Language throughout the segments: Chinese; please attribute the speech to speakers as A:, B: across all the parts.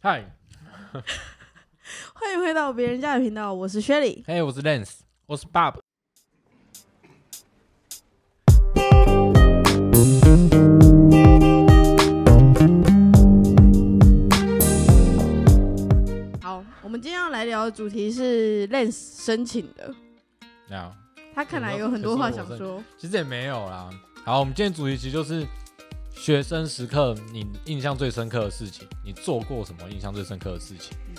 A: 嗨，
B: 欢迎回到别人家的频道，我是 Shelly。
A: 嘿，我是 Lance，我是 Bob。
B: 好，我们今天要来聊的主题是 Lens 申请的，
A: 那
B: 他看来有很多话想
A: 可是
B: 说。
A: 啊其实也没有啦。好，我们今天主题其实就是学生时刻，你印象最深刻的事情，你做过什么印象最深刻的事情？
B: 嗯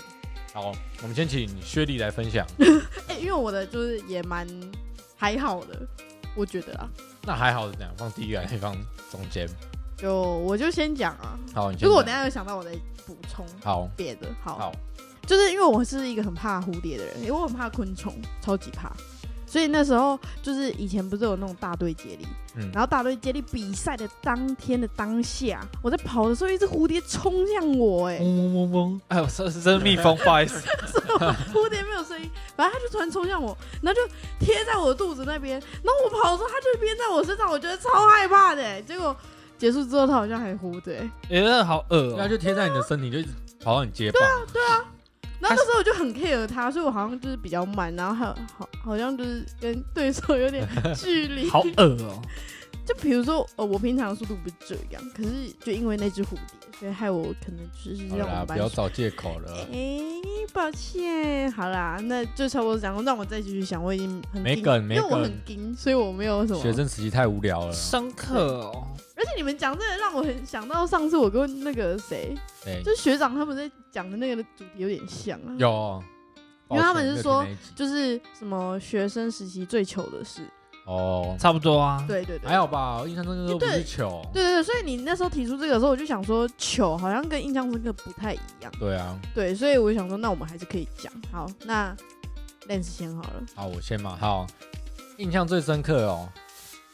A: 好，我们先请薛丽来分 享。
B: 哎、因为我的就是也蛮还好的，我觉得啊，
A: 那还好是怎样？放第一个还是放中间？
B: 就我就先讲啊，
A: 好，你先
B: 如果我等一
A: 讲
B: 下有想到，我再补充
A: 好
B: 别的。好，
A: 好，
B: 就是因为我是一个很怕蝴蝶的人，因为我很怕昆虫，超级怕。所以那时候就是以前不是有那种大队接力，
A: 嗯
B: 然后大队接力比赛的当天的当下，我在跑的时候，一只蝴蝶冲向我、哎、
A: 嗡嗡嗡嗡，哎 呦，这是这是蜜蜂，不好意思。
B: 蝴蝶没有声音，反正它就突然冲向我，然后就贴在我的肚子那边，然后我跑的时候，它就边在我身上，我觉得超害怕的、哎结果结束之后，它好像还活着、哎
C: 哎、那好恶
A: 那
C: 哦、
A: 啊就贴在你的身体，就一直跑到你肩膀。
B: 然后那时候我就很 care 它，所以我好像就是比较慢，然后好好好像就是跟对手有点 距离。
C: 好恶哦、
A: 啊
B: 就比如说，呃，我平常的速度不是这样，可是就因为那只蝴蝶，所以害我可能就是
A: 好
B: 让
A: 啦，
B: 啊
A: 不
B: 我班
A: 要
B: 上。
A: 找借口
B: 哎、
A: 了，
B: 抱歉，好啦，那就差不多这样，让我再继续想，我已经很
A: 没
B: 紧
A: 梗没
B: 因为我
A: 梗
B: 很紧，所以我没有什么。
A: 学生时期太无聊了。
C: 深刻哦、
B: 而且你们讲这个让我很想到上次我跟那个谁，
A: 对，
B: 就是学长他们在讲的那个主题有点像啊，
A: 哎有，
B: 因为他
A: 抱
B: 们
A: 歉
B: 是说
A: 没有听那一集
B: 就是什么学生时期最糗的事，
A: 哦，
C: 差不多啊。
B: 对对对，
A: 还好吧，我印象中都不
B: 对
A: 是球，
B: 对对对，所以你那时候提出这个的时候，我就想说糗好像跟印象深刻不太一样。
A: 对啊，
B: 对，所以我想说，那我们还是可以讲。好，那 Lens 先好了。
A: 好，我先嘛，好，印象最深刻哦，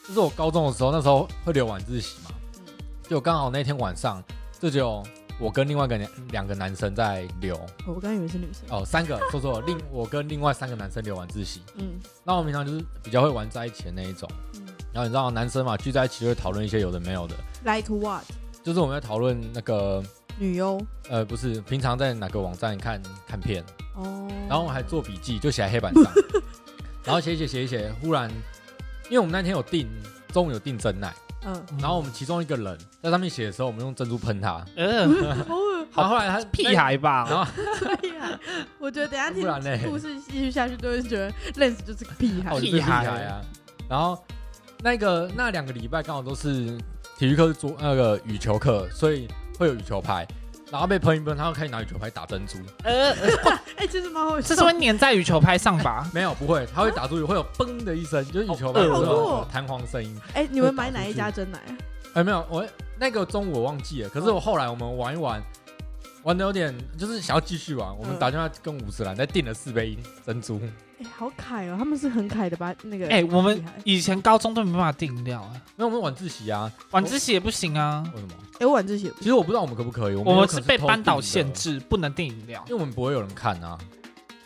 A: 就是我高中的时候，那时候会留晚自习嘛，
B: 嗯
A: 就刚好那天晚上，就只有我跟另外一个两两个男生在留，
B: 哦我刚以为是女生。
A: 哦，三个，说错了，另我跟另外三个男生留晚自习，
B: 嗯
A: 那我们平常就是比较会玩在一起的那一种，
B: 嗯
A: 然后你知道男生嘛，聚在一起就会讨论一些有的没有的，
B: ，Like what？
A: 就是我们在讨论那个。
B: 女优
A: 呃，不是，平常在哪个网站看看片，
B: 哦。
A: 然后我还做笔记，就写在黑板上， 然后写一写写一写，忽然，因为我们那天有订，中午有订真奶，
B: 嗯，
A: 然后我们其中一个人在上面写的时候，我们用珍珠喷他，
C: 呃，
B: 好恶
A: 然后后来他
C: 屁，孩吧，
A: 嗯然后
B: 心啊！我觉得等一下
A: 不然嘞
B: 听故事继续下去，就会觉得 Lens 就是个屁
A: 那哦
B: 孩
A: 我。就是
C: 屁
A: 屁
C: 孩
A: 孩啊，然后那个那两个礼拜刚好都是体育课是桌那个羽球课，所以会有羽球拍。然后被喷一喷，他就开始拿羽球拍打珍珠，
C: 呃，
B: 哎，其实蛮好
C: 这
B: 笑
C: 是。会粘在羽球拍上 吧？
A: 没有不会，他会打出去会有嘣的一声，就是羽球拍会
C: 好恶
A: 有
C: 哦
A: 那种弹簧声音，
B: 哎，你们买哪一家真奶啊？
A: 哎，没有，我那个中午我忘记了，可是
C: 嗯
A: 我后来我们玩一玩，玩的有点就是想要继续玩，我们
B: 嗯
A: 打电话跟五十岚再订了四杯珍珠，
B: 哎，好凯哦，他们是很凯的吧？那个
C: 哎、我
B: 屁
C: 们
B: 孩
C: 以前高中都没办法订料、啊，
A: 因为我们晚自习啊，
C: 晚自习也不行啊。
A: 为什么？
B: 哎，我晚自习有
A: 其实我不知道我们可不可以，
C: 我
A: 们有
C: 们
A: 可能是
C: 是被
A: 偷
C: 班导
A: 订的
C: 限，制，不能订饮料
A: 因。为我们不会有人看啊，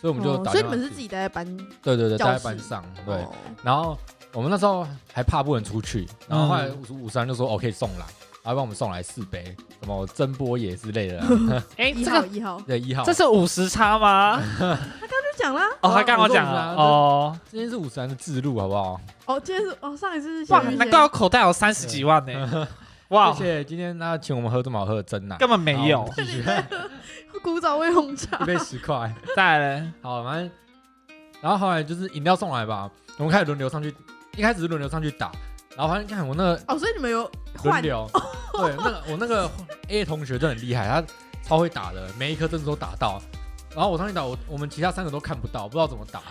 A: 所以我们就
B: 哦
A: 打电话
B: 所以你们是
A: 去
B: 自己待在班
A: 对对对，
B: 教
A: 待
B: 室
A: 在班上对，
B: 哦
A: 然后我们那时候还怕不能出去，然后后来
C: 嗯
A: 五十岚就说哦可以送来，然后帮我们送来四杯什么珍波野之类的 啊，
C: 哎、
B: 一
C: 这
B: 号
C: 个
B: 一号
A: 对一号，
C: 这是五十差吗？
B: 就讲啦。
C: 哦，他刚好讲
A: 啊
C: 了
A: 我说
C: 哦，
A: 今天是五十岚的自录好不好？
B: 哦，今天是哦，上一次是
C: 哇
B: 下雨，
C: 难怪我口袋有三十几万呢、哇
A: 谢，谢今天他请我们喝这么好喝的真奶，
C: 根本没有
A: 好。继续
B: 古早味红茶
A: 一。杯十块。
C: 再来嘞，
A: 好，反正然后后来就是饮料送来吧，我们开始轮流上去，一开始是轮流上去打，然后发现看我那个
B: 哦，所以你们有
A: 轮
B: 换
A: 流， 对，那个我那个 A 同学就很厉害，他超会打的，每一颗珍珠都打到。然后我上去打，我我们其他三个都看不到，不知道怎么打。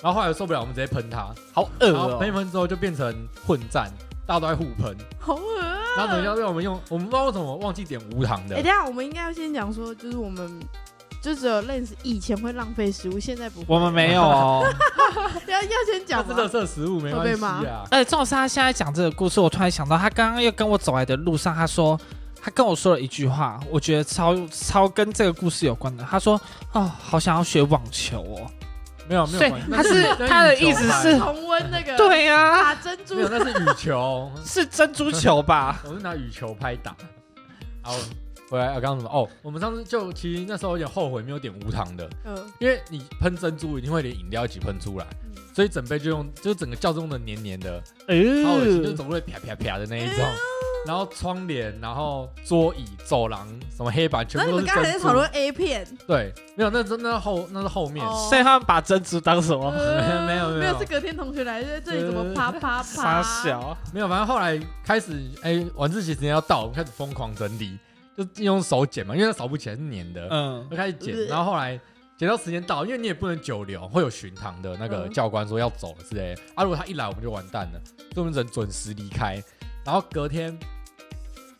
A: 然后后来受不了，我们直接喷他，
C: 好恶
A: 然后
C: 哦、
A: 喷一喷之后就变成混战，大家都在互喷。
B: 好恶啊！
A: 然后等一下被我们用，我们不知道为什么忘记点无糖
B: 哎、
A: 的
B: 等一，下我们应该要先讲说，就是我们就只有 Lens 以前会浪费食物，现在不会。
C: 我们没有哦。
B: 要要先
A: 那
B: 讲啊
A: 是
B: 哦
A: 垃
B: 吗？
A: 圾食物没
B: 会
A: 关
B: 被
A: 系
B: 骂
A: 啊。
C: 而且重点是他呃现在讲这个故事，我突然想到，他刚刚又跟我走来的路上，他说他跟我说了一句话，我觉得超超跟这个故事有关的。他说：“哦，好想要学网球哦。
A: 没有没
C: 所
A: 有
C: 以
A: 关系，
C: 他是他的意思是
B: 重温那”个
C: 对啊呀、
B: 打珍 珠
A: 没有，那是羽球，
C: 是珍珠球吧？
A: 我是拿羽球拍打。好，回来啊，刚刚什么？哦，我们上次就其实那时候有点后悔没有点无糖的，
B: 嗯
A: 因为你喷珍珠一定会连饮料一起喷出来，
B: 嗯
A: 所以整杯就用就是整个教用的黏黏的，
C: 哎
B: 嗯
A: 超恶心，就总会啪啪啪的那一
B: 哎
A: 种。然后窗帘，然后桌椅、走廊，什么黑板，全
B: 然后
A: 部都
B: 你们
A: 是
B: 刚才在
A: 珍
B: 讨
A: 珠。
B: 论 A 片，
A: 对，没有，那真那后那是后面，
B: 哦
C: 所以他们把珍珠当什么？
B: 呃
A: 没有没有
B: 没有，是隔天同学来这这里怎么啪啪
C: 呃 傻
B: 啪？
C: 小，
A: 没有，反正后来开始，哎、晚自习时间要到，我们开始疯狂整理，就用手剪嘛，因为它扫不起来是粘的，
C: 嗯
A: 就开始
B: 呃
A: 剪，然后后来剪到时间到，因为你也不能久留，会有巡堂的那个
B: 嗯
A: 教官说要走了之类的。啊，如果他一来我们就完蛋了，所以我们只能准时离开。然后隔天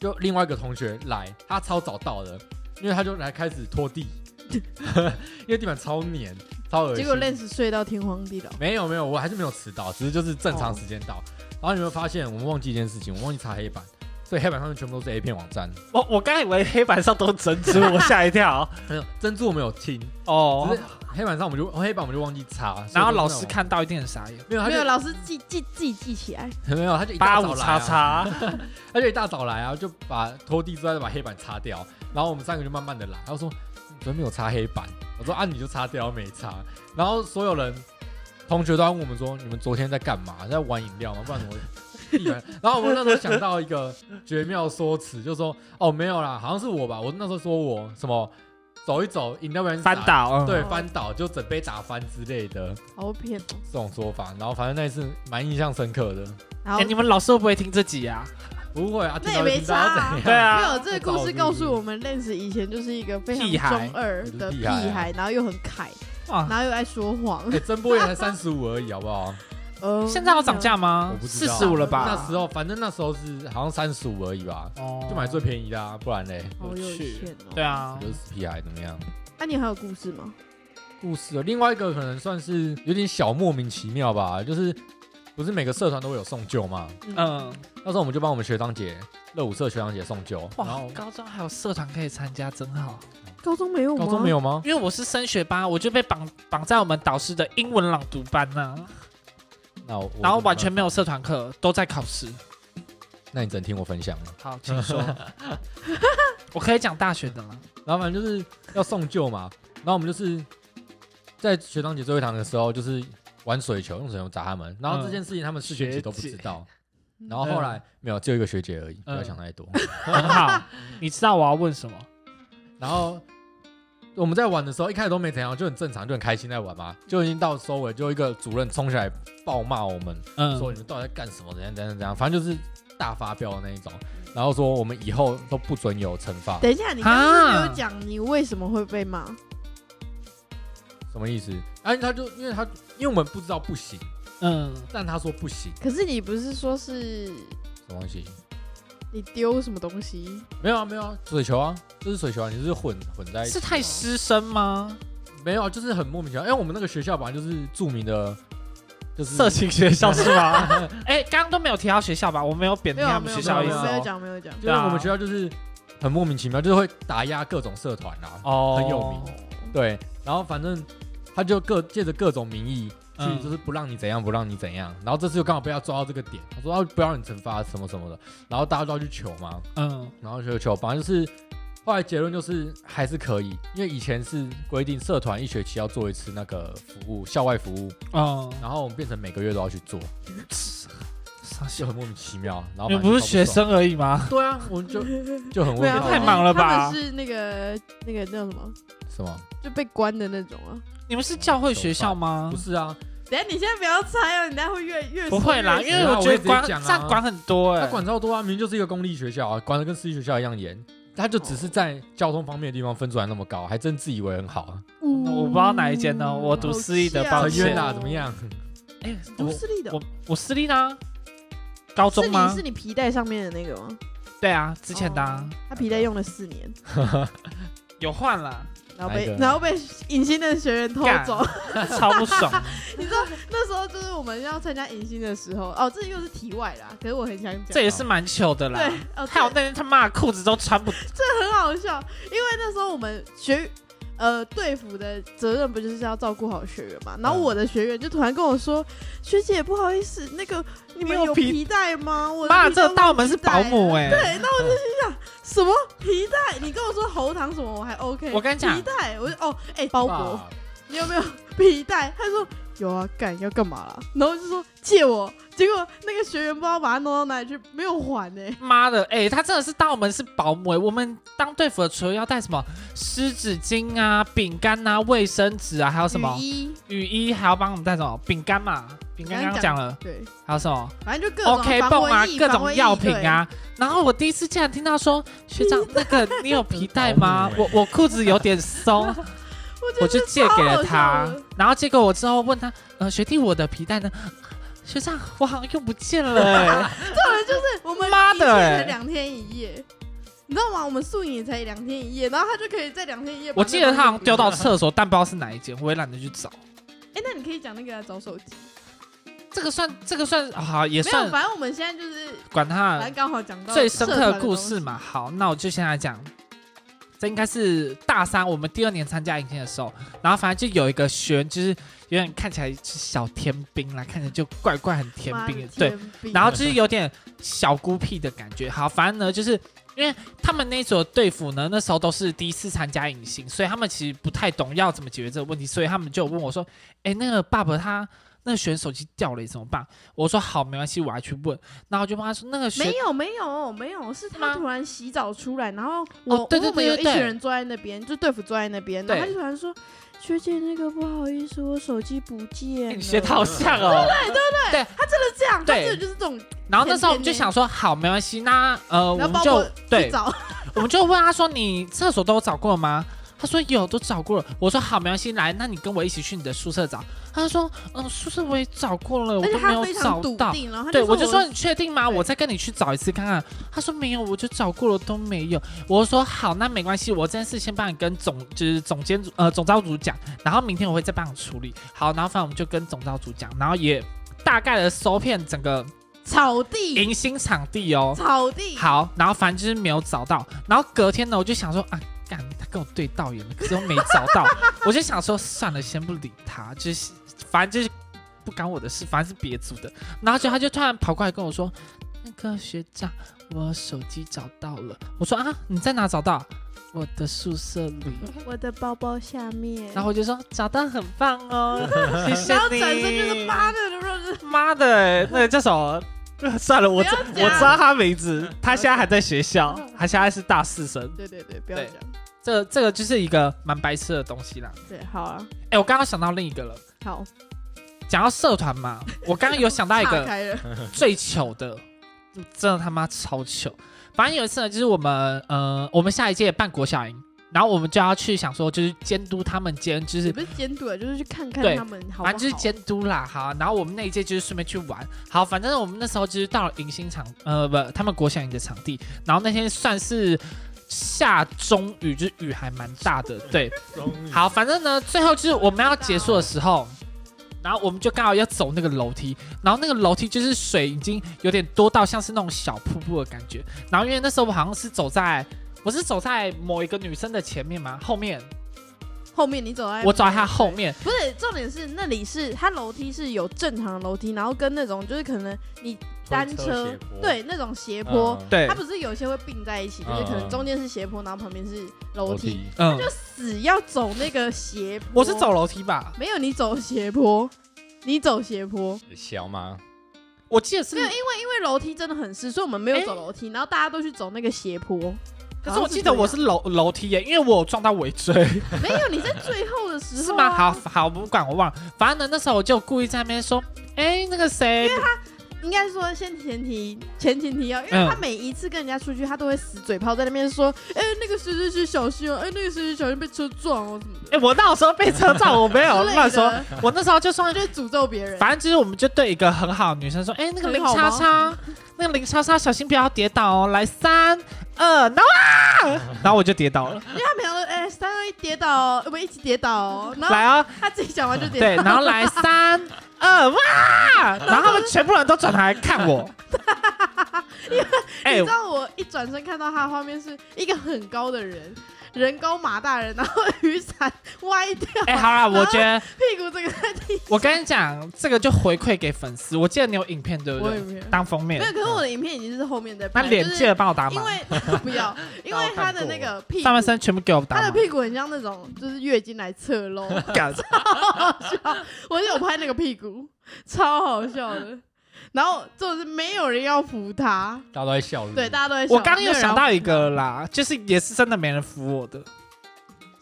A: 就另外一个同学来，他超早到的，因为他就来开始拖地， 因为地板超黏，超恶心。
B: 结果 Lens 睡到天荒地老。
A: 没有没有，我还是没有迟到，只是就是正常时间到。然后你有没有发现，我们忘记一件事情，我们忘记查黑板，所以黑板上面全部都是 A 片网站。
C: 我我刚以为黑板上都是珍珠，我吓一跳。
A: 没有珍珠我没有听，只
C: 哦
A: 是，黑板上我们就黑板我们就忘记查，所以
C: 然后
A: 就是那
C: 老
A: 种
C: 师看到一定很傻眼。
A: 没有他
B: 没
A: 就
B: 有，老师记记记记起来，
A: 没有，他就一大
C: 八
A: 早
C: 五
A: 来、
C: 叉
A: 啊，
C: 叉，
A: 他就一大早来啊，就把拖地之外把黑板擦掉，然后我们三个就慢慢的来。他说你昨天没有擦黑板，我说啊你就擦掉没擦，然后所有人同学都在问我们说你们昨天在干嘛，在玩饮料吗？不然怎么会地板？然后我们那时候想到一个绝妙说辞，就说哦没有啦，好像是我吧，我那时候说我什么走一走，饮料不然
C: 翻
A: 洒，
C: 倒。嗯
A: 对，翻倒就整杯打翻之类的
B: 好骗哦。
A: 这种说法，然后反正那一次蛮印象深刻的。
B: 然后
C: 哎，你们老师会不会听这集啊？
A: 不会啊，
B: 那
A: 听到
B: 也
A: 就
B: 没
A: 知道
B: 差啊
A: 怎样
C: 对啊
B: 没有，这个故事告诉我们，Lens 以前就是一个非
C: 屁
B: 常
C: 孩啊
B: 中二的
A: 屁
B: 屁
A: 孩啊
B: 孩，然后又很凯，
C: 哇，
B: 然后又爱说谎。
A: 欸，真波也才三十五而已，好不好？
B: 呃，
C: 现在要涨价吗
A: 我？不知
C: 四
A: 道
C: 十五了
A: 那
C: 吧？
A: 时候反正那时候是好像三十五而已吧，
C: 哦
A: 就买最便宜的、啊，不然嘞，
B: 好有
C: 有趣
B: 钱哦。
C: 对，啊
A: 就，是 P I 怎么样？
B: 那你还有故事吗？
A: 故事哦，另外一个可能算是有点小莫名其妙吧，就是不是每个社团都会有送旧嘛？
C: 嗯，
A: 那时候我们就帮我们学长姐热舞社学长姐送旧，然
C: 哇
A: 后，
C: 高中还有社团可以参加，真好。
B: 高中没有吗？
A: 高中
C: 啊
A: 没。有啊吗？
C: 因为我是升学班，我就被绑绑在我们导师的英文朗读班呢、
A: 那我
C: 然后完全没有，社团课，都在考试。
A: 那你只能听我分享了。
C: 好，请说。 我可以讲大学 的吗？
A: 然后反正就是要送旧嘛，然后我们就是在学长姐最后一堂的时候，就是玩水球，用水球砸他们。然后这件事情他们四学姐嗯都不知道，然后后来没有，只有一个学姐而已，不要想太多。
C: 很好，你知道我要问什么？
A: 然后我们在玩的时候，一开始都没怎样，就很正常，就很开心在玩嘛。就已经到收尾，就一个主任冲下来暴骂我们，
C: 嗯，
A: 说你们到底在干什么？怎样怎样怎样，反正就是大发飙的那一种。然后说我们以后都不准有惩罚，
B: 等一下，你刚刚是没有讲你为什么会被骂？
A: 什么意思？哎，他就因为他因为我们不知道不行，
C: 嗯，
A: 但他说不行。
B: 可是你不是说是
A: 什么东西？
B: 你丢什么东西？
A: 没有啊，没有啊，水球啊，这是水球啊，你是混混在一起。
C: 是太师生吗？
A: 没有啊，就是很莫名其妙，因为我们那个学校本来就是著名的，就是
C: 色情学校是吗？ 哎，刚刚都没有提到学校吧？我没有贬低
B: 没有
C: 他
B: 啊，
C: 们
B: 没有，
C: 学
B: 没有
C: 校
B: 没
C: 的意
A: 没
C: 思
A: 有
B: 有没有
C: 哦。
B: 讲，没有讲。
A: 就是我们学校就是很莫名其妙，就是会打压各种社团啊，
C: 哦，
A: 很有名。对，然后反正他就各借着各种名义去，
C: 嗯
A: 就是不让你怎样，不让你怎样。然后这次就刚好被他抓到这个点，他说啊不要让你惩罚什么什么的，然后大家都要去求嘛，
C: 嗯，
A: 然后球球，反正就是后来结论就是还是可以，因为以前是规定社团一学期要做一次那个服务，校外服务，
C: 哦，
A: 然后我们变成每个月都要去做，
C: 傻
A: 就
C: 笑
A: 很莫名其妙。然后
C: 你
A: 反
C: 们
A: 正
C: 不是
A: 超爽
C: 学，生而已吗？
A: 对啊，我们就就很无
B: 对啊，
A: 聊，
C: 不太忙了吧
B: 他们是那个那个叫什么，
A: 什么？
B: 就被关的那种啊。
C: 你们是教会学校吗
A: 不？是啊，
B: 等一下，你现在不要猜哦，你等一下会越越
C: 不会啦，
B: 越
C: 因
A: 没
C: 为
A: 有啊
C: 我觉
A: 我也直
C: 得
A: 接
C: 管
A: 讲啊
C: 这样管很多
A: 他
C: 哎。
A: 管超多啊，明明就是一个公立学校啊，管的跟私立学校一样严。他就只是在交通方面的地方分出来那么高，还真自以为很好啊，
C: 我不知道哪一间呢哦我读私立的
B: 好
C: 抱
A: 很
B: 气哦
A: 冤
C: 歉
A: 啊，怎么？样？
C: 哎，
B: 读
A: 啊
C: 我
B: 私立的哦，
C: 我我私立呢？高中
B: 是你
C: 吗
B: 是？你皮带上面的那个吗？
C: 对啊，之前的啊
B: 哦他皮带用了四年，
C: 有 换啦，
B: 然后
A: 哪
B: 被
A: 一个
B: 然后被隐形的学员偷
C: 干
B: 走。
C: 超 不爽。
B: 你知道那时候就是我们要参加迎新的时候，哦，这又是题外啦。可是我很想讲，
C: 这也是蛮糗的啦。
B: 对， 哦，
C: 还有
B: 这
C: 那天他妈的裤子都穿不，
B: 很好笑，因为那时候我们学呃，队服的责任不就是要照顾好学员嘛？然后
A: 嗯
B: 我的学员就突然跟我说：“学姐，不好意思，那个你们
C: 有
B: 有
C: 皮
B: 皮带吗？我的
C: 妈，
B: 皮带
C: 这大门是
B: 皮带
C: 保姆
B: 了
C: 哎、
B: 对，那我就心想，什么皮带？你跟我说喉糖什么，我还 OK。
C: 我跟你讲
B: 皮带，我就哦，哎、包
A: 啊
B: 勃，你有没有皮带？他说有啊，干要干嘛啦？然后就说借我，结果那个学员不知道把它弄到哪里去，没有还呢、
C: 妈的，哎、他真的是当我们是保姆哎、我们当队服的除了要带什么湿纸巾啊、饼干啊、卫生纸啊，还有什么
B: 雨衣？
C: 雨衣，还要帮我们带什么饼干嘛？饼干刚刚讲了，
B: 对，
C: 还有什么
B: 反正就各种
C: OK
B: 防
C: 泵
B: 蚊
C: 啊，
B: 液
C: 各
B: 防
C: 种
B: 蚊
C: 药
B: 液
C: 品啊。然后我第一次竟然听到说学 长，那个你有皮带吗？
A: 保
C: 我我裤子有点松，
B: 对我
C: 我
B: 觉
C: 就
B: 得
C: 借给了
B: 超好
C: 他
B: 笑的。
C: 然后结果我之后问他，呃，学弟，我的皮带呢？学长，我好像用不见了、 欸。
B: 这人就是我们
C: 妈
B: 一
C: 的
B: 届
C: 欸
B: 才两天一夜。你知道吗？我们宿营也才两天一夜，然后他就可以在两天一夜把
C: 我
B: 那东
C: 记
B: 西给
C: 得
B: 我。
C: 他好像丢到 厕所，但不知道是哪一间，我也懒得去找。
B: 哎、那你可以讲那个啊找手机，
C: 这个算，这个算，好、也
B: 没有，
C: 算，
B: 反正我们现在就是，
C: 管他啊
B: 反正刚好讲到
C: 最深刻
B: 社
C: 的
B: 团
C: 故
B: 东西
C: 事。嘛。好，那我就先来讲，这应该是大三我们第二年参加营天的时候，然后反正就有一个学员，就是有点看起来是小天兵啦，看起来就怪怪很天
B: 妈的
C: 兵的，对
B: 天，兵
C: 然后就是有点小孤僻的感觉。好，反正呢，就是因为他们那组的队服呢，那时候都是第一次参加影星，所以他们其实不太懂要怎么解决这个问题，所以他们就有问我说：“哎、那个爸爸他那个学员手机掉了耶，怎么办？”我说：“好，没关系，我还去问。”然后我就帮他说：“那个学
B: 没有没有没有，是
C: 吗哦
B: 他突然洗澡出来，然后我、
C: 对对
B: 我们有
C: 对对
B: 一
C: 对
B: 群人坐在那边，就队服坐在那边，然后
C: 对
B: 他就突然说：“学姐，那个不好意思，我手机不见 了。”
C: 哎你学的好像 哦。
B: 他真的这样，他
C: 对
B: 真的就是这种，
C: 然后那时候我们就想说，好，没关系，那呃，我
B: 然后
C: 们
B: 帮
C: 就
B: 我去
C: 对，
B: 找，
C: 我们就问他说：“你厕所都有找过吗？”他说：“有，都找过了。”我说：“好，没关系，来，那你跟我一起去你的宿舍找。”他说：“嗯，宿舍我也找过了，我
B: 而且
C: 都没
B: 他
C: 有
B: 非常
C: 找
B: 笃
C: 到。”
B: 定，然后他
C: 对，我就
B: 就
C: 说
B: 说
C: 你确定吗？
B: 对
C: 我再跟你去找一次看看。他说没有，我就找过了都没有。我说好，那没关系，我这件事先帮你跟总就是总监组呃总招组讲，然后明天我会再帮你处理。好，然后反正我们就跟总招组讲，然后也大概的收片整个
B: 草地，
C: 迎新场地哦。
B: 草地，
C: 好，然后反正就是没有找到。然后隔天呢，我就想说啊，干他跟我对到眼了，可是我没找到，我就想说算了，先不理他，就是反正就是不干我的事，反正是别组的。然后就他就突然跑过来跟我说，那个学长，我手机找到了。我说啊，你在哪找到？我的宿舍里。
B: 我的包包下面，
C: 然后我就说找到很棒哦，谢 谢
B: 然后
C: 你。
B: 转身就是妈的，就是
C: 妈的，哎那个叫什么？ 算了，我知
B: 不要
C: 我
B: 讲
C: 知道他名字，他现在还在学校，他现在是大四生。
B: 对对对，不要
C: 对
B: 讲，
C: 这这个就是一个蛮白痴的东西啦。
B: 对，好啊，
C: 哎，我刚刚想到另一个了，
B: 好，
C: 讲到社团嘛，我刚刚有想到一
B: 岔
C: 个
B: 开了，
C: 最糗的，真的他妈超糗。反正有一次呢，就是我们呃，我们下一届办国小营，然后我们就要去想说，就是监督他们监，就
B: 也
C: 是
B: 不是监督啊，就是去看看
C: 对
B: 他们好不好，啊
C: 反正就是监督啦，好，然后我们那一届就是顺便去玩，好，反正我们那时候就是到了迎新场，呃，不，他们国小营的场地，然后那天算是下中雨，就是雨还蛮大的，对，
A: 终于
B: 嗯
C: 好，反正呢，最后就是我们要结束的时候，然后我们就刚好要走那个楼梯，然后那个楼梯就是水已经有点多到像是那种小瀑布的感觉，然后因为那时候我好像是走在。我是走在某一个女生的前面吗？后面，
B: 后面你走在，
C: 我走在她后。面，
B: 不是，重点是那里是它楼梯是有正常的楼梯，然后跟那种就是可能你单
A: 推
B: 车
A: 斜坡
B: 对那种斜坡，
A: 嗯
C: 对
B: 它，不是有些会并在一起，就是可能中间是斜坡，然后旁边是楼梯，
C: 嗯，
B: 死要走那个斜坡。
C: 我是走楼梯吧？
B: 没有你走斜坡，你走斜坡，
A: 小吗？
C: 我记得是
B: 没有，因为因为楼梯真的很湿，所以我们没有
C: 哎
B: 走楼梯，然后大家都去走那个斜坡。
C: 可是我记得我是楼楼梯耶，因为我有撞到尾椎，
B: 没有你在最后的时候、啊、
C: 是吗？好，好，不管我忘了，反正呢那时候我就故意在那边说，哎，那个谁，
B: 应该说先前提前前提要，因
C: 嗯
B: 为他每一次跟人家出去，他都会死嘴炮在那边说，哎、那个谁谁谁小心哦、哎、那个谁谁小心被车撞哦、什么
C: 哎，我那时候被车撞，我没有
B: 的，
C: 乱说，
B: 之
C: 我那时候就说
B: 类的，，就会诅咒别人。
C: 反正就是我们就对一个很好的女生说，哎，那个
B: 很
C: 林
B: 好
C: 莎
B: 吗
C: 莎，那个林莎莎，小心不要跌倒哦，来三二，然后 啊，然后我就跌倒了，
B: 因为他平常都哎，三二一跌倒哦，我们一起跌倒哦、然后
C: 来啊，
B: 他自己讲完就跌
C: 对，
B: 倒。
C: 然后来三 二哇！然后他们全部人都转头来看我，哎
B: 你知，道我一转身看到他的画面是一个很高的人，人高马大人，然后雨伞歪掉，
C: 哎，好啦，我觉得
B: 屁股这个在地。
C: 我跟你讲，这个就回馈给粉丝。我记得你有影片对不
B: 我也
C: 对？
B: 没有。
C: 当封面嗯
B: 没有，可是我的影片已经是后面在
C: 那
B: 拍，
C: 脸
B: 就是
C: 记得帮我打
B: 因
C: 码，
B: 为 不要，因为他的那个屁股
C: 上半身全部给我打
B: 他
C: 码
B: 的。屁股很像那种就是月经来侧 漏，
C: 干
B: 我有拍那个屁股，超好笑的。然后就是没有人要扶他，
A: 大家都在笑。
B: 对，大家都在笑。
C: 我刚刚
B: 没
C: 又
B: 人要
C: 想到一个啦，就是也是真的没人扶我的。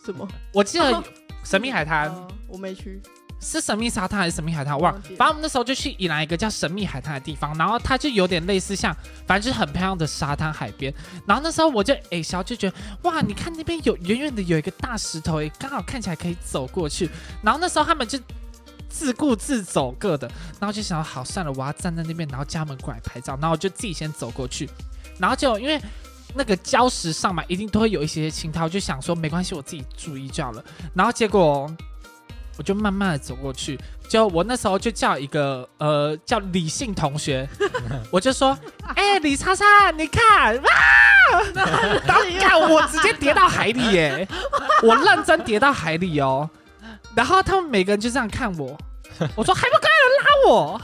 B: 什么？
C: 我记得
B: 哦
C: 神秘海滩
B: 哦我没去，
C: 是神秘沙滩还是神秘海滩，我忘了
B: 忘记。了
C: 反正我们那时候就去宜兰一个叫神秘海滩的地方，然后它就有点类似像，反正就是很漂亮的沙滩海边。然后那时候我就哎，小就觉得哇，你看那边有远远的有一个大石头，哎，刚好看起来可以走过去。然后那时候他们就。自顾自走各的，然后就想好算了，我要站在那边，然后叫他们过来拍照，然后我就自己先走过去，然后就因为那个礁石上嘛，一定都会有一些青苔，我就想说没关系，我自己注意就好了。然后结果我就慢慢的走过去，就我那时候就叫一个呃叫李姓同学，我就说，哎、李叉叉，你看，哇，然后看我直接跌到海里耶，我认真跌到海里哦。然后他们每个人就这样看我，我说还不快来拉我，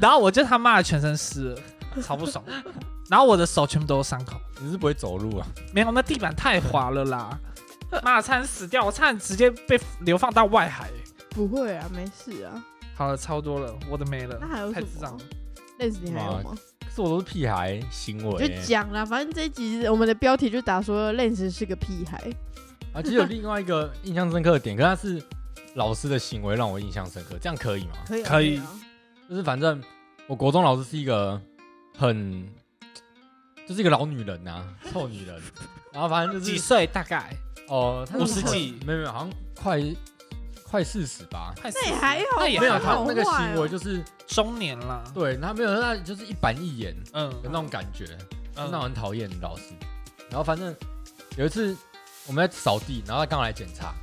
C: 然后我就他妈的全身湿了，超不爽。然后我的手全部都是伤口，
A: 你是不会走路啊？
C: 没有，那地板太滑了啦，妈的差点死掉，我差点直接被流放到外海。
B: 不会啊，没事啊。
C: 好了，超多了，我的没了
B: 那，还有
C: 太
B: 什
C: 智障
B: 么
C: 了？。
B: 累死你还有吗？
A: 可是我都是屁孩行
B: 就
A: 为欸、
B: 讲啦，反正这一集我们的标题就打说 Lens 是个屁孩，
A: 啊，其实有另外一个印象深刻的点，可是他是老师的行为让我印象深刻，这样可以吗？
B: 可以啊
C: 可以
B: 啊
A: 就是反正我国中老师是一个很，就是一个老女人呐、臭女人。然后反正就
C: 几
A: 是
C: 岁？大概
A: 哦，她
C: 五
A: 是
C: 十
A: 快
C: 几
A: 没有没有，好像快快四十吧。
C: 快
B: 那也
C: 40
B: 还好
C: 那也
A: 没有，
C: 还
A: 她
C: 好，
A: 那个
B: 好坏哦
A: 行为就是
C: 中年了。
A: 对，她没有，她就是一板一眼的
C: 嗯，
A: 那种感觉，
C: 嗯
A: 那我很讨厌的老师。然后反正有一次我们在扫地，然后他刚好来检查，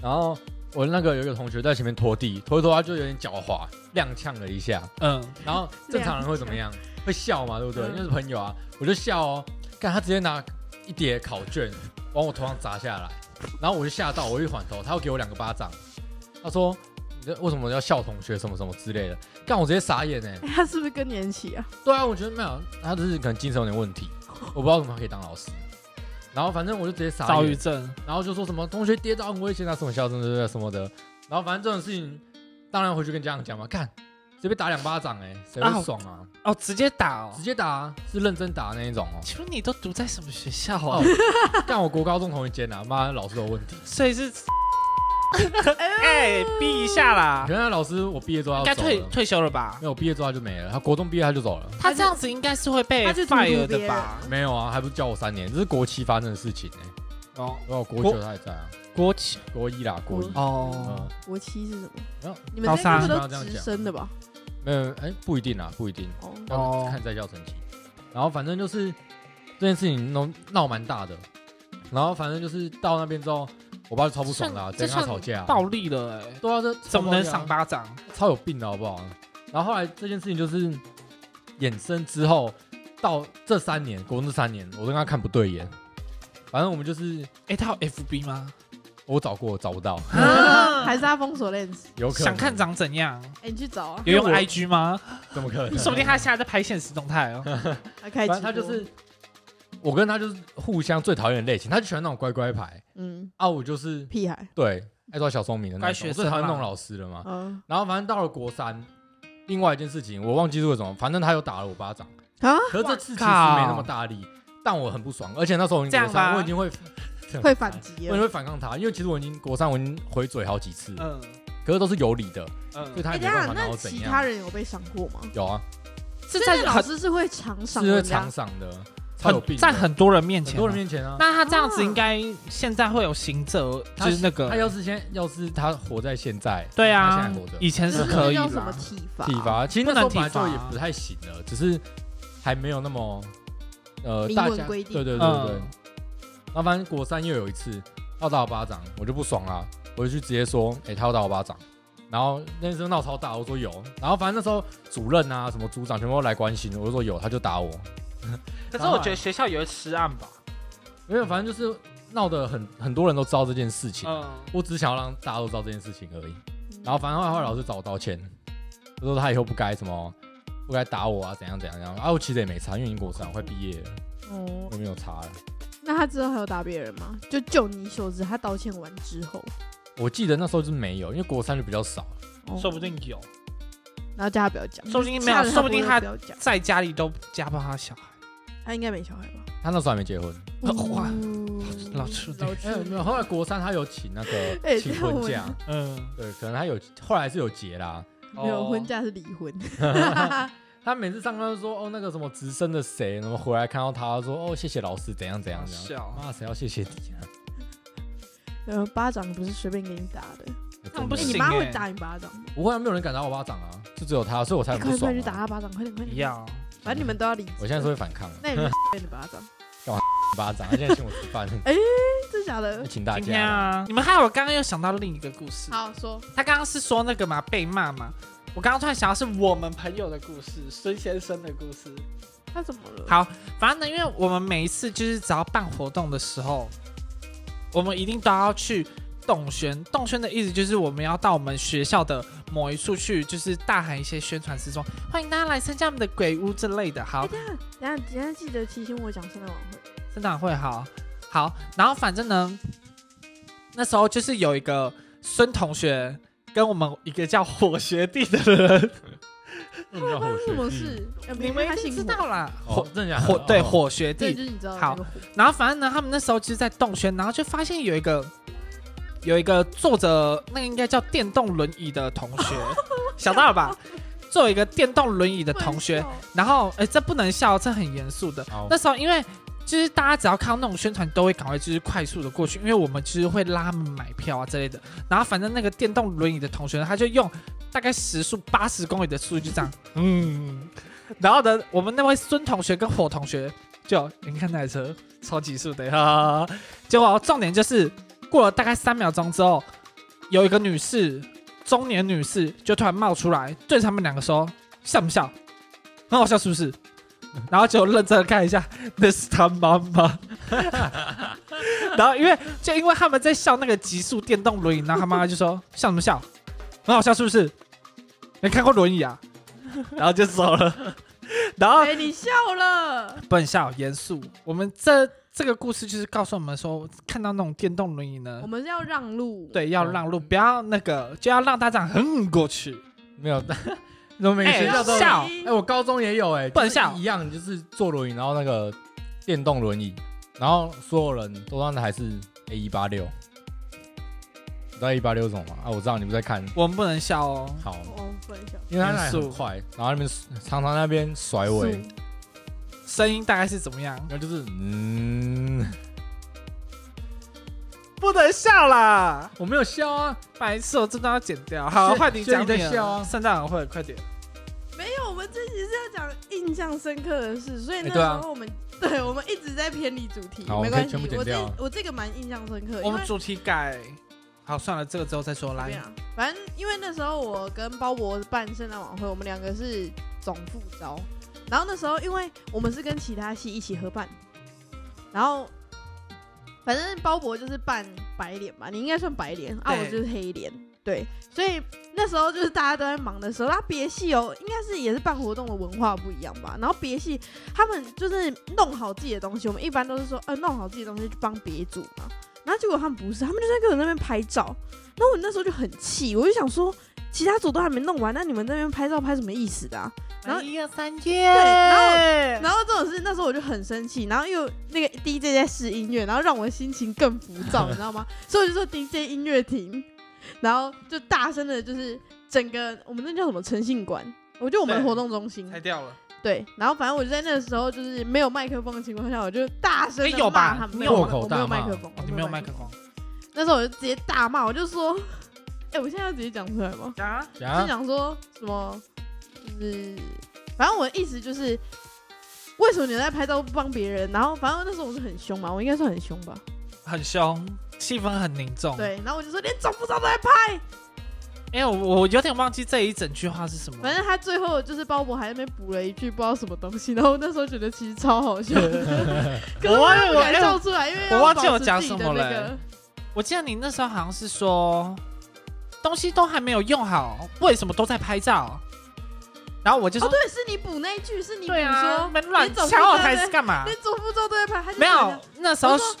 A: 然后我那个有一个同学在前面拖地，拖一拖他就有点狡猾，踉跄了一下。
C: 嗯，
A: 然后正常人会怎么样？会笑嘛，对不对？
B: 嗯
A: 因为是朋友啊，我就笑哦。看他直接拿一叠考卷往我头上砸下来，然后我就吓到，我一缓头，他又给我两个巴掌。他说：“你这为什么要笑同学什么什么之类的？”干我直接傻眼哎、
B: 哎 他是不是更年期啊？
A: 对啊，我觉得没有，他只是可能精神有点问题， 我不知道为什么他可以当老师。然后反正我就直接傻
C: 躁郁
A: 眼，
C: 症，
A: 然后就说什么同学跌倒很危险啊，什么校正对对什么的。然后反正这种事情，当然回去跟家长讲嘛。看，直接被打两巴掌哎、谁
C: 啊
A: 会爽啊？
C: 哦，直接打哦
A: 直。接打、是认真打那一种 哦。
C: 请问你都读在什么学校啊
A: 哦？但我国高中同一间啊，妈老师有问题。
C: 所 以是，哎，避一下啦
A: 原，来老师我毕业之后
C: 应
A: 要
C: 该
A: 走
C: 退
A: 了，
C: 退休了吧
A: 没？有毕业之后他就没了。他国中毕业他就走了，
C: 他这样子应该是会被
B: 他就荼毒
C: fire
B: 别
C: 的
B: 人
C: 吧？
A: 没有啊，还不是教我三年，这是国七发生的事情哎、
C: 哦，
A: 欸。哦，国九他也在啊，
C: 国企
A: 国一啦，国一。
B: 嗯
C: 哦，
B: 国七是什么？
A: 没有
B: 你们
C: 高
B: 那
C: 三
A: 刚
B: 个都
A: 刚这样
B: 直
A: 讲
B: 升的吧？
A: 没有，哎、不一定啊，不一定，
B: 哦，
A: 要
C: 哦
A: 看在校成绩。然后反正就是这件事情闹闹蛮大的，然后反正就是到那边之后，我爸就超不爽的、啊，直
C: 这
A: 接跟他
C: 算
A: 吵架、啊
C: 暴。力了哎，
A: 对啊，这
C: 怎么能
A: 上
C: 赏巴掌？
A: 超有病的好不好？然后后来这件事情就是衍生之后，到这三年，国中这三年，我都跟他看不对眼。反正我们就是
C: 哎，他有 FB 吗？
A: 我找过找不到，
C: 啊
B: 还是他封锁 Lens？
A: 有可能
C: 想看长怎样？
B: 哎、你去找啊，
C: 有用
A: 因为我
C: IG 吗？
A: 怎么可能？嗯
C: 说不定他现在在拍现实动态哦。
B: 他开
A: 反
B: 直播
A: 正他就是我跟他就是互相最讨厌的类型，他就喜欢那种乖乖牌
B: 嗯
A: 啊，我就是
B: 屁孩，
A: 对爱抓小聪明的那
C: 乖
A: 种，
C: 学
A: 我最
C: 生
A: 讨厌那
C: 啦
A: 种老师了
C: 啊
A: 嘛。
B: 嗯、
A: 然后反正到了国三，另外一件事情我忘记是为什么，反正他又打了我巴掌
B: 啊
A: 可是这次其实没那么大力，但我很不爽，而且那时候我已经
C: 这样
A: 国三，
C: 吗
A: 我已经会这样
B: 会反击
A: 我
B: 了
A: 也。会反抗他，因为其实我已经国三，我已经回嘴好几次，
C: 嗯
A: 可是都是有理的，所以
C: 嗯，
A: 他
B: 哎、
A: 也没
B: 等一下
A: 办法拿
B: 那
A: 我怎
B: 其他
A: 样。
B: 人有被赏过吗？
A: 有啊，
C: 是
B: 所
C: 在
B: 以那老
C: 很
B: 师是会常赏
A: 是会
B: 人家
A: 常赏的，超有病
C: 很
A: 的，
C: 在啊很多人面前
A: 很
C: 吗，
A: 多人面前啊。
C: 那他这样子应该
B: 啊
C: 现在会有行者，
A: 他
C: 就是那个
A: 他要是先，要是他活在现在，
C: 对
A: 他
C: 啊
A: 现在活着，
C: 以前
B: 就是是
C: 可以
B: 那叫什么
C: 啦。
B: 体罚？
A: 体罚其实那时候
C: 不能
A: 本来
C: 体罚
A: 就也不太行了，只是还没有那么呃
B: 明
A: 大
B: 文
A: 家
B: 规
A: 对
B: 定
A: 对对对对。
C: 嗯，
A: 那反正国三又有一次，他打我巴掌，我就不爽啦，我就去直接说，哎、他要打我巴掌，然后那时候闹超大，我说有，然后反正那时候主任啊、什么组长全部都来关心，我就说有，他就打我，
C: 可是我觉得学校有一吃案吧，
A: 因为反正就是闹得很很多人都知道这件事情，
C: 嗯，
A: 我只想要让大家都知道这件事情而已。
B: 嗯
A: 然后反正后来老师找我道歉，他说他以后不该什么，不该打我啊，怎样怎样怎样。啊，我其实也没差，因为已经国三了快毕业了，
B: 哦
A: 我，没有差了。
B: 那他之后还有打别人吗？就就你所知，他道歉完之后，
A: 我记得那时候就是没有，因为国三就比较少。
B: 哦
C: 说不定有，
B: 然后叫他不要讲，
C: 说不定没有
B: 吓得
C: 说不定他
B: 不要讲，
C: 在家里都家暴他小孩，
B: 他应该没小孩吧？
A: 他那时候还没结婚，
B: 嗯
C: 呃哇
B: 哦
C: 老处女
B: 老
A: 哎、
B: 处
A: 没
B: 女
A: 有。后来国三他有请那
B: 哎
A: 个请
B: 这样
A: 婚
B: 我
A: 假，
C: 嗯，
A: 对，可能他有后来是有结啦。
B: 没有
C: 哦
B: 婚，假是离婚，
A: 他每次上课都说哦那个什么直升的谁，然后回来看到他说哦谢谢老师怎样怎样
C: 好
A: 怎
C: 笑
A: 样，妈谁要谢谢你啊？
B: 然后呃巴掌不是随便给你打的，
C: 那不
B: 哎你
C: 行
B: 妈
C: 欸
B: 会打你巴掌吗，
A: 不会啊，没有人敢打我巴掌啊，就只有他，所以我才
B: 哎
A: 很
B: 快
A: 不
B: 点快
A: 爽、
B: 点去打
A: 啊。
B: 他巴掌，快点快
C: 不
B: 点！
C: 要，
B: 反正你们都要离职。
A: 我现在是会反抗啊，
B: 那你们 你巴掌，
A: 巴掌，他现在请我吃饭，
B: 真 假的？
A: 请大
C: 今天
A: 家。
C: 啊，你们还有我刚刚又想到另一个故事，
B: 好说，
C: 他刚刚是说那个嘛被骂嘛，我刚刚突然想到是我们朋友的故事，孙先生的故事。
B: 他怎么了？
C: 好，反正呢，因为我们每一次就是只要办活动的时候，我们一定都要去动宣。动宣的意思就是我们要到我们学校的某一处去，就是大喊一些宣传词说“欢迎大家来参加我们的鬼屋”之类的。好，
B: 哎等一下等一下记得提醒我讲圣诞晚会。
C: 生长会好，好，然后反正呢，那时候就是有一个孙同学跟我们一个叫火学弟的人，
A: 那你要
B: 发
A: 后
B: 生什么事？哎
C: 你们
B: 他
C: 一定
B: 姓
C: 知
B: 火，
C: 道啦，
A: 火
C: 火
A: 真的假的
C: 火 对
A: 哦
C: 火学
B: 对，，
C: 弟
B: 就是你知道那
C: 好
B: 个火。
C: 然后反正呢，他们那时候就是在动圈，然后就发现有一个有一个坐着那个应该叫电动轮椅的同学，想到了吧？坐一个电动轮椅的呃同学，然后哎，这不能笑，这很严肃的。
A: 好
C: 那时候因为就是大家只要看到那种宣传，都会赶快就是快速的过去，因为我们就是会拉他们买票啊之类的。然后反正那个电动轮椅的同学，他就用大概时速八十公里的速度就这样，嗯。然后呢，我们那位孙同学跟火同学就你看那台车超级速的哈、结果重点就是过了大概三秒钟之后，有一个女士，中年女士就突然冒出来，对着他们两个说：“笑不笑？很好笑是不是？”然后就认真地看一下，那是他妈妈。然后因为就因为他们在笑那个极速电动轮椅，然后他妈妈就说：“笑什么笑？很好笑是不是？没看过轮椅啊？”然后就走了。然后
B: 哎，你笑了，
C: 不能笑，严肃。我们这这个故事就是告诉我们说，看到那种电动轮椅呢
B: 我，们是要让路。，
C: 对，要让路，不要那个，就要让大家横过去。
A: 没有，怎么每个
C: 哎
A: 学校都有？
C: 笑
A: 哎，我高中也有哎，
C: 不能笑
A: 就是一样，就是坐轮椅，然后那个电动轮椅，然后所有人都穿的还是 A 一八六，你知道一八六是什么吗？啊，我知道你不在看，
C: 我们不能笑哦。
A: 好，
B: 哦，不能笑。
A: 因为他那里
C: 严肃
A: 很快，然后那边常常那边甩尾，
B: 是
C: 声音大概是怎么样？
A: 然后就是嗯，
C: 不能笑啦！
A: 我没有笑啊，
C: 白痴，我真的要剪掉。好，
A: 所以
C: 换你讲
A: 所以
C: 你
A: 你在笑啊
C: 的圣诞晚会，快点。
B: 没有，我们这集是要讲印象深刻的事，所以那
A: 哎对啊
B: 时候我们对我们一直在偏离主题，
A: 好
B: 没关系
A: 我们可以全部，剪
B: 我
A: 掉
B: 这我这个蛮印象深刻，
C: 我
B: 因为
C: 们主题改。好，算了，这个之后再说。
B: 对
C: 来，
B: 啊，反正呃因为那时候我跟包博办圣诞晚会，我们两个是总副招，然后那时候因为我们是跟其他系一起合办，然后反正包博就是扮白脸吧，你应该算白脸，啊，
C: 对
B: 我就是黑脸，对，所以那时候就是大家都在忙的时候，那别系哦，应该是也是办活动的文化不一样吧，然后别系他们就是弄好自己的东西，我们一般都是说，呃，弄好自己的东西去帮别组嘛。然后结果他们不是，他们就在跟我那边拍照。然后我那时候就很气，我就想说，其他组都还没弄完，那你们在那边拍照拍什么意思的、啊？然后
C: 一二三见。
B: 对
C: 然
B: 然后这种事，那时候我就很生气，然后又那个 DJ 在试音乐，然后让我的心情更浮躁，你知道吗？ 所以我就说 DJ 音乐停，然后就大声的，就是整个我们那叫什么诚信馆，我觉得我们的
C: 对
B: 活动中心
C: 拆掉了。
B: 对，然后反正我就在那个时候就是没有麦克风的情况下，我就大声
C: 哎
B: 的
C: 有吧
B: 骂他们，
C: 你
B: 没
C: 有
B: 有
A: 破口
B: 我没有
A: 大
B: 麦
A: 骂
B: 克风，
C: 哦
B: 我，
C: 你没有麦
B: 风
C: 克风
B: 那时候我就直接大骂，我就说，哎、我现在要直接讲出来吗？
C: 啊？
A: 讲
B: 就
A: 啊
B: 想说什么，就是反正我的意思就是，为什么你在拍照不帮别人？然后反正那时候我就很凶嘛，我应该算很凶吧？
C: 很凶，气氛很凝重。，
B: 对，然后我就说连总部长都在拍，
C: 哎、我我有点忘记这一整句话是什么。
B: 反正他最后就是鲍勃还在那边补了一句不知道什么东西，然后我那时候觉得其实超好 笑的，可是
C: 我忘
B: 我又
C: 了
B: 不敢
C: 我
B: 笑出来，因为
C: 我
B: 要
C: 忘记
B: 保
C: 我
B: 持
C: 讲
B: 自己
C: 什
B: 的
C: 么
B: 那
C: 了欸
B: 个
C: 我记得你那时候好像是说，东西都还没有用好，为什么都在拍照？然后我就说，
B: 哦，对，是你补那一句，是你补
C: 对啊，
B: 说
C: 没乱
B: 你总
C: 抢我
B: 是
C: 台
B: 在
C: 词干嘛
B: 连？左步骤都在拍，他就
C: 没
B: 觉
C: 有
B: 得，
C: 那时候
B: 我说，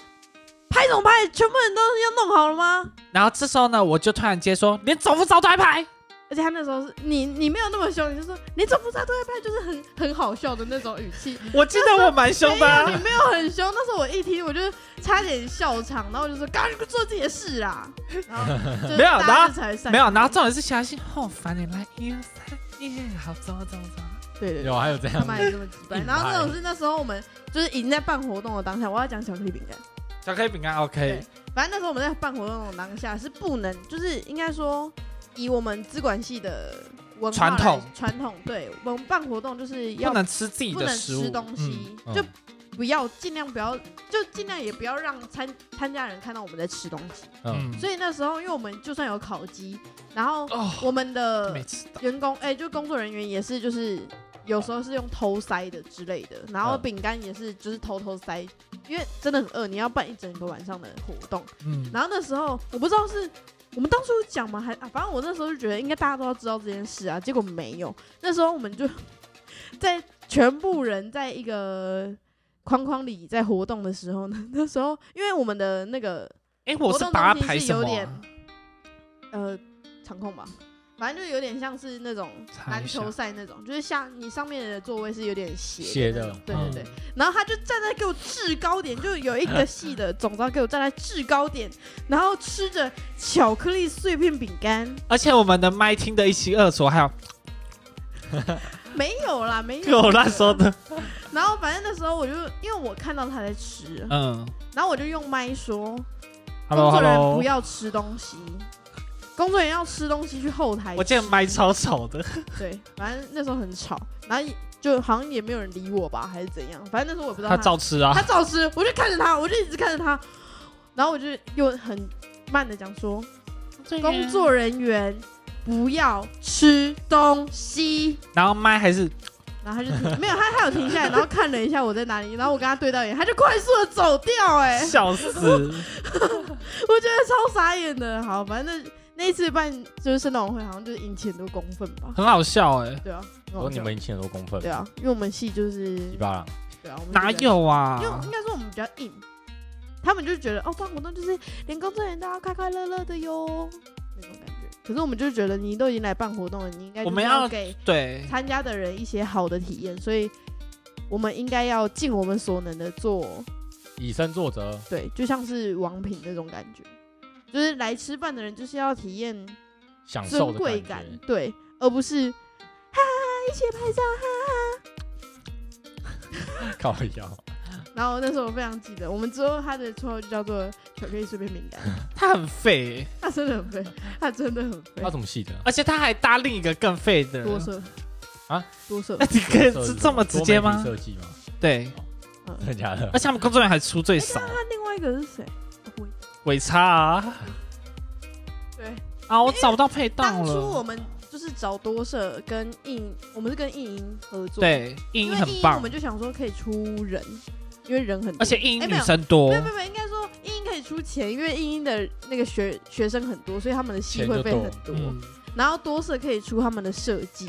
B: 拍什么拍，全部人都要弄好了吗？
C: 然后这时候呢，我就突然接说，连走不走都在拍。
B: 而且他那时候是你，你没有那么凶，你就说连左步骤都在拍，就是很很好笑的那种语气，
C: 我记得我蛮凶的啊、
B: 没有你没有很凶。那时候我一听，我就差点笑场，然后我就说赶紧做自己的事啦。然后就是
C: 没有
B: 大
C: 然
B: 家
C: 后
B: 就才散
C: 没有，然后重点是小心，好烦你来一二三，耶，好走走走。
B: 对对对
A: 有啊还有这
B: 他
A: 样
B: 妈也这么几掰。
A: 硬
B: 然后
A: 掰
B: 那种是那时候我们就是已经在办活动的当下，我要讲巧克力饼干。
C: 巧克力饼干
B: 对
C: OK，，
B: 反正那时候我们在办活动的当下是不能，就是应该说以我们资管系的文化来
C: 传统
B: 传统，对我们办活动就是要
C: 不能吃自己
B: 不
C: 的
B: 能
C: 食物，
B: 吃东西，
A: 嗯
B: 就
A: 嗯
B: 不要尽量不要，就尽量也不要让参参加人看到我们在吃东西。
A: 嗯，
C: 嗯，
B: 所以那时候，因为我们就算有烤鸡，然后
C: 哦，
B: 我们的
C: 没吃到，
B: 员工哎、就工作人员也是就是有时候是用偷塞的之类的，然
C: 哦
B: 后
A: 嗯
B: 饼干也是就是偷偷塞，因为真的很饿，你要办一整个晚上的活动。
C: 嗯，
B: 然后那时候我不知道是我们当初有讲吗？还啊，反正我那时候就觉得应该大家都要知道这件事啊，结果没有。那时候我们就 在全部人在一个框框里在活动的时候呢，那时候因为我们的那个
C: 哎，我是
B: 活动
C: 把它
B: 中心
C: 排
B: 是
C: 什
B: 有
C: 么
B: 点
C: 啊？
B: 呃场控吧，反正就有点像是那种
C: 查一
B: 篮
C: 下
B: 球赛那种，就是像你上面的座位是有点斜
A: 斜
B: 的那
A: 的
B: 种，对
A: 嗯
B: 对对。然后他就站在给我制高点，就有一个系的总招给我站在制高点，然后吃着巧克力碎片饼干，
C: 而且我们的麦听的一清二楚，还有
B: 没有啦，没有。
C: 我那时候。的，
B: 然后反正那时候我就因为我看到他在吃，
C: 嗯
B: 然后我就用麦说，
C: ，Hello
B: 工作人员不
C: Hello，
B: 要吃东西，工作人员要吃东西去后台吃。
C: 我记得麦超丑的，
B: 对，反正那时候很吵，然后也就好像也没有人理我吧，还是怎样，反正那时候我也不知道
C: 他照吃啊
B: 他，照吃，我就看着他，我就一直看着他，然后我就又很慢的讲说，工，作人员不要吃东西，
C: 然后麦还是
B: 然后他就停没有，他他有停下来，然后看了一下我在哪里，然后我跟他对到眼，他就快速的走掉、 哎，
C: 笑死，
B: 我觉得超傻眼的。好，反正那那一次办就是生动会，好像就是引起很多公愤吧，
C: 很好笑哎，
B: 对啊，很好
A: 哦说你
B: 笑
A: 们以前有多公分
B: 对，啊，因为我们系就是
A: 鸡巴狼，
B: 对啊，我们就
C: 哪
B: 比较
C: 有啊
B: 因？为应该说我们比较硬，他们就觉得哦，办活动就是连工作人员都要快快乐乐的哟，那种感觉。可是我们就觉得你都已经来办活动了，你应该就是
C: 我们
B: 要
C: 要
B: 给
C: 对，
B: 参加的人一些好的体验，所以我们应该要尽我们所能的做，
A: 以身作则，
B: 对，就像是王品那种感觉，就是来吃饭的人就是要体验
A: 享哦受
B: 尊
A: 的
B: 贵
A: 感
B: 感
A: 觉，，
B: 对，而不是哈哈一起拍照
A: 靠腰，
B: 然后那时候我非常记得，我们之后他的绰号就叫做巧克力碎片饼干，
C: 他很废欸，
B: 他真的很肥，他真的很肥
A: 他，怎么细的？
C: 而且他还搭另一个更废的
B: 多
C: 人，
B: 色
A: 啊，
B: 多色
C: 那，你可以是这么直接
A: 多媒
C: 吗
A: 体？设计吗？
C: 对，
B: 嗯
A: 真，的假的
C: 而？且他们工作人员还出最少，
B: 那另外一个是谁？哦我
C: 尾差啊。
B: 对，
C: 啊，我找不到配档
B: 当初我
C: 了。
B: 们就是找多色跟印，我们是跟印英合作，，
C: 对，
B: 因
C: 印英
B: 为印
C: 很
B: 英我
C: 棒
B: 们，就想说可以出人，因为人很多，
C: 而且哦印
B: 哎
C: 英
B: 没
C: 女
B: 有
C: 生多
B: 没有。没有没有，应该说印英可以出钱，因为印英的那个学学生很多，所以他们的戏
A: 钱
B: 会
A: 就
B: 费
A: 多
B: 很多，
C: 嗯，
B: 然后多色可以出他们的设计，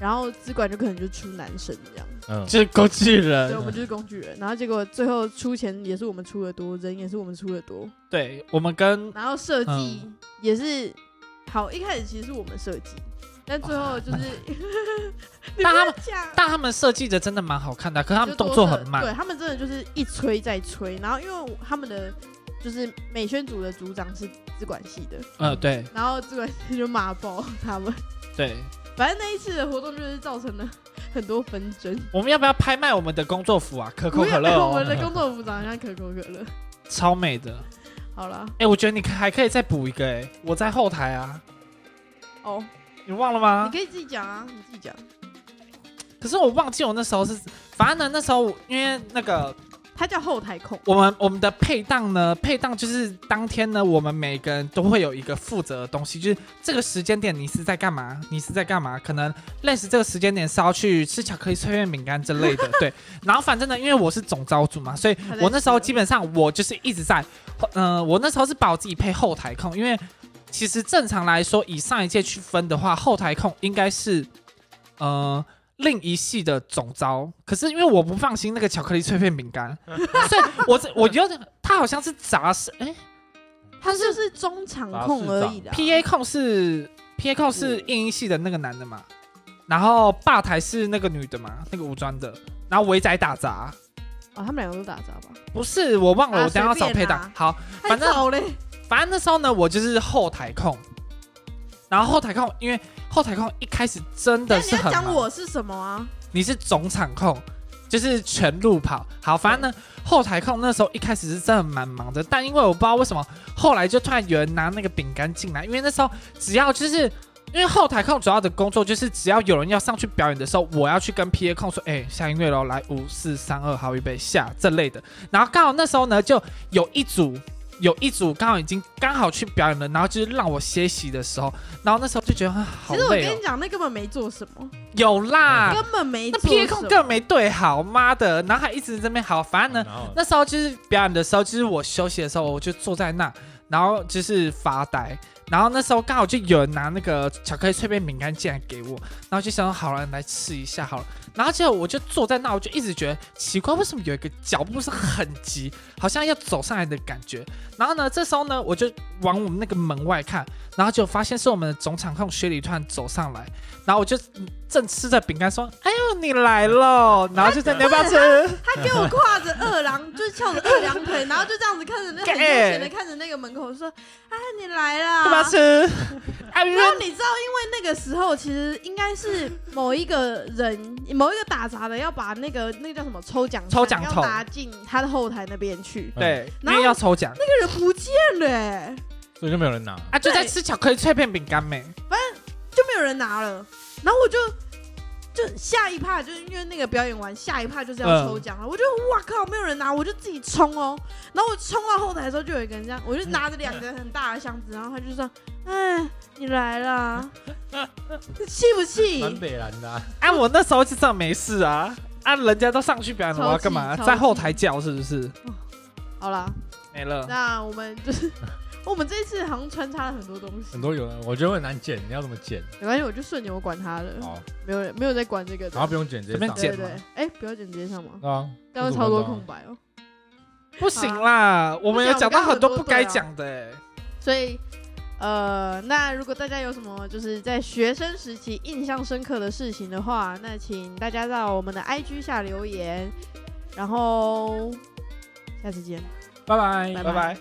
B: 然后资管就可能就出男生这样。
A: 嗯，
C: 就是工具
B: 所以
C: 人
B: 我。们就是工具人，然后结果最后出钱也是我们出的多，人也是我们出的多，
C: 对，我们跟
B: 然后设计
C: 嗯
B: 也是、好，一开始其实是我们设计，但最后 就是，你
C: 但他们
B: 不要讲
C: 但他们设计的真的蛮好看的，可是他们
B: 就
C: 动
B: 多
C: 作
B: 设
C: 很慢。
B: 对他们真的就是一催再催，然后因为他们的就是美宣组的组长是资管系的，
C: 呃，对
B: 然后资管系就骂爆他们，
C: 对，
B: 反正那一次的活动就是造成了 很多纷争。
C: 我们要不要拍卖我们的工作服啊？可口
B: 不
C: 可
B: 要
C: 乐
B: 我们
C: 哦，
B: 的工作服长得像可口可乐。
C: 超美的。
B: 好了，
C: 哎，我觉得你可还可以再补一个哎，我在后台啊，
B: 哦，
C: 你忘了吗
B: 你？可以自己讲啊，你自己讲。
C: 可是我忘记我那时候是，反正呢那时候我因为那个
B: 它叫后台控。
C: 我们我们的配档呢，配档就是当天呢，我们每个人都会有一个负责的东西，就是这个时间点你是在干嘛，你是在干嘛？可能认识这个时间点是要去吃巧克力脆片饼干之类的，对。然后反正呢，因为我是总招组嘛，所以
B: 他在
C: 我那时候
B: 吃
C: 基本上我就是一直在，呃，我那时候是把我自己配后台控，因为其实正常来说，以上一届去分的话，后台控应该是，呃。另一系的总招，可是因为我不放心那个巧克力脆片饼干， 所以我这我觉得他好像是杂事，哎、
B: 他就是中场控而已的、
C: p A 控是 P A 控是硬音系的那个男的嘛，然后吧台是那个女的嘛，那个武装的，然后围仔打杂，
B: 哦，他们两个都打杂吧？
C: 不是我忘了，
B: 啊
C: 我等一下要找配档。
B: 随便啦
C: 好，
B: 太
C: 反正
B: 早嘞，
C: 反正那时候呢，我就是后台控，然后后台控，因为后台控一开始真
B: 那
C: 的
B: 你
C: 是
B: 要
C: 很
B: 讲
C: 忙
B: 我是什么啊？
C: 你是总场控，就是全路跑。好，反正呢，后台控那时候一开始是真的蛮忙的，但因为我不知道为什么，后来就突然有人拿那个饼干进来，因为那时候只要就是。因为后台控主要的工作就是，只要有人要上去表演的时候，我要去跟 P A 控说，哎、下音乐喽，来五四三二，好，预备下这类的。然后刚好那时候呢，就有一组有一组刚好已经刚好去表演了，然后就是让我歇息的时候，然后那时候就觉得啊，好
B: 其实我跟
C: 累哦
B: 你。讲，那根本没做什么，
C: 有啦，
B: 根本没
C: 那
B: 做什么。
C: P A 控更没对好，妈的，然后还一直这边好，反正呢，
A: 嗯然后
C: 那时候就是表演的时候，就是我休息的时候，我就坐在那，然后就是发呆，然后那时候刚好就有人拿那个巧克力脆片饼干进来给我，然后就想说好了，来吃一下好了，然后结果我就坐在那，我就一直觉得奇怪，为什么有一个脚步是很急，好像要走上来的感觉，然后呢，这时候呢，我就往我们那个门外看，然后就发现是我们的总场控薛礼突然走上来，然后我就嗯正吃着饼干说：“哎呦，你来了！”然后就在你要不要吃？
B: 他给我挎着二郎，就是翘着二郎腿，然后就这样子看着 那很悠闲的看着那个门口，说：“哎，你来啦！”
C: 要不要 吃？哎呦
B: 然，后你知道，因为那个时候其实应该是某一个人、某一个打杂的要把那个那个叫什么抽奖
C: 抽奖
B: 筒
C: 筒
B: 要拿进他的后台那边去，
A: 嗯
C: 对，因
B: 然后
C: 为要抽奖
B: 那个人不见了、欸，
A: 所以就没有人拿。
C: 啊，就在吃巧克力脆片饼干没？
B: 就没有人拿了。然后我就就下一趴，就是因为那个表演完下一趴就是要
C: 嗯
B: 抽奖了，我就哇靠，没有人拿，我就自己冲哦。然后我冲到后台的时候，就有一个人这样，我就拿着两个很大的箱子，然后他就说：“哎，你来啦，气不气？”
A: 蛮北蓝的啊，
C: 啊，我那时候就这样没事啊，啊，人家都上去表演了，我要干嘛？
B: 超级
C: 在后台叫是不是？
B: 好啦，
C: 没了。
B: 那我们就是 我们这一次好像穿插了很多东西
A: 很，多有人，我觉得很难剪，你要怎么剪？
B: 没关系，我就顺眼，我管他
C: 嗯
B: 了，
A: 好，
B: 没有人没有在管这个的，
A: 然后不用剪，直接上
C: 随
B: 对对对
C: 便剪吗，
B: 哎，不要剪接上吗？
A: 啊，
B: 刚刚超多空白哦，
C: 不行啦，我们有讲到很多不
B: 啊
C: 该讲的、欸。
B: 所以。呃，那如果大家有什么就是在学生时期印象深刻的事情的话，那请大家到我们的 IG 下留言，然后下次见。
A: 拜拜
B: 拜
C: 拜拜。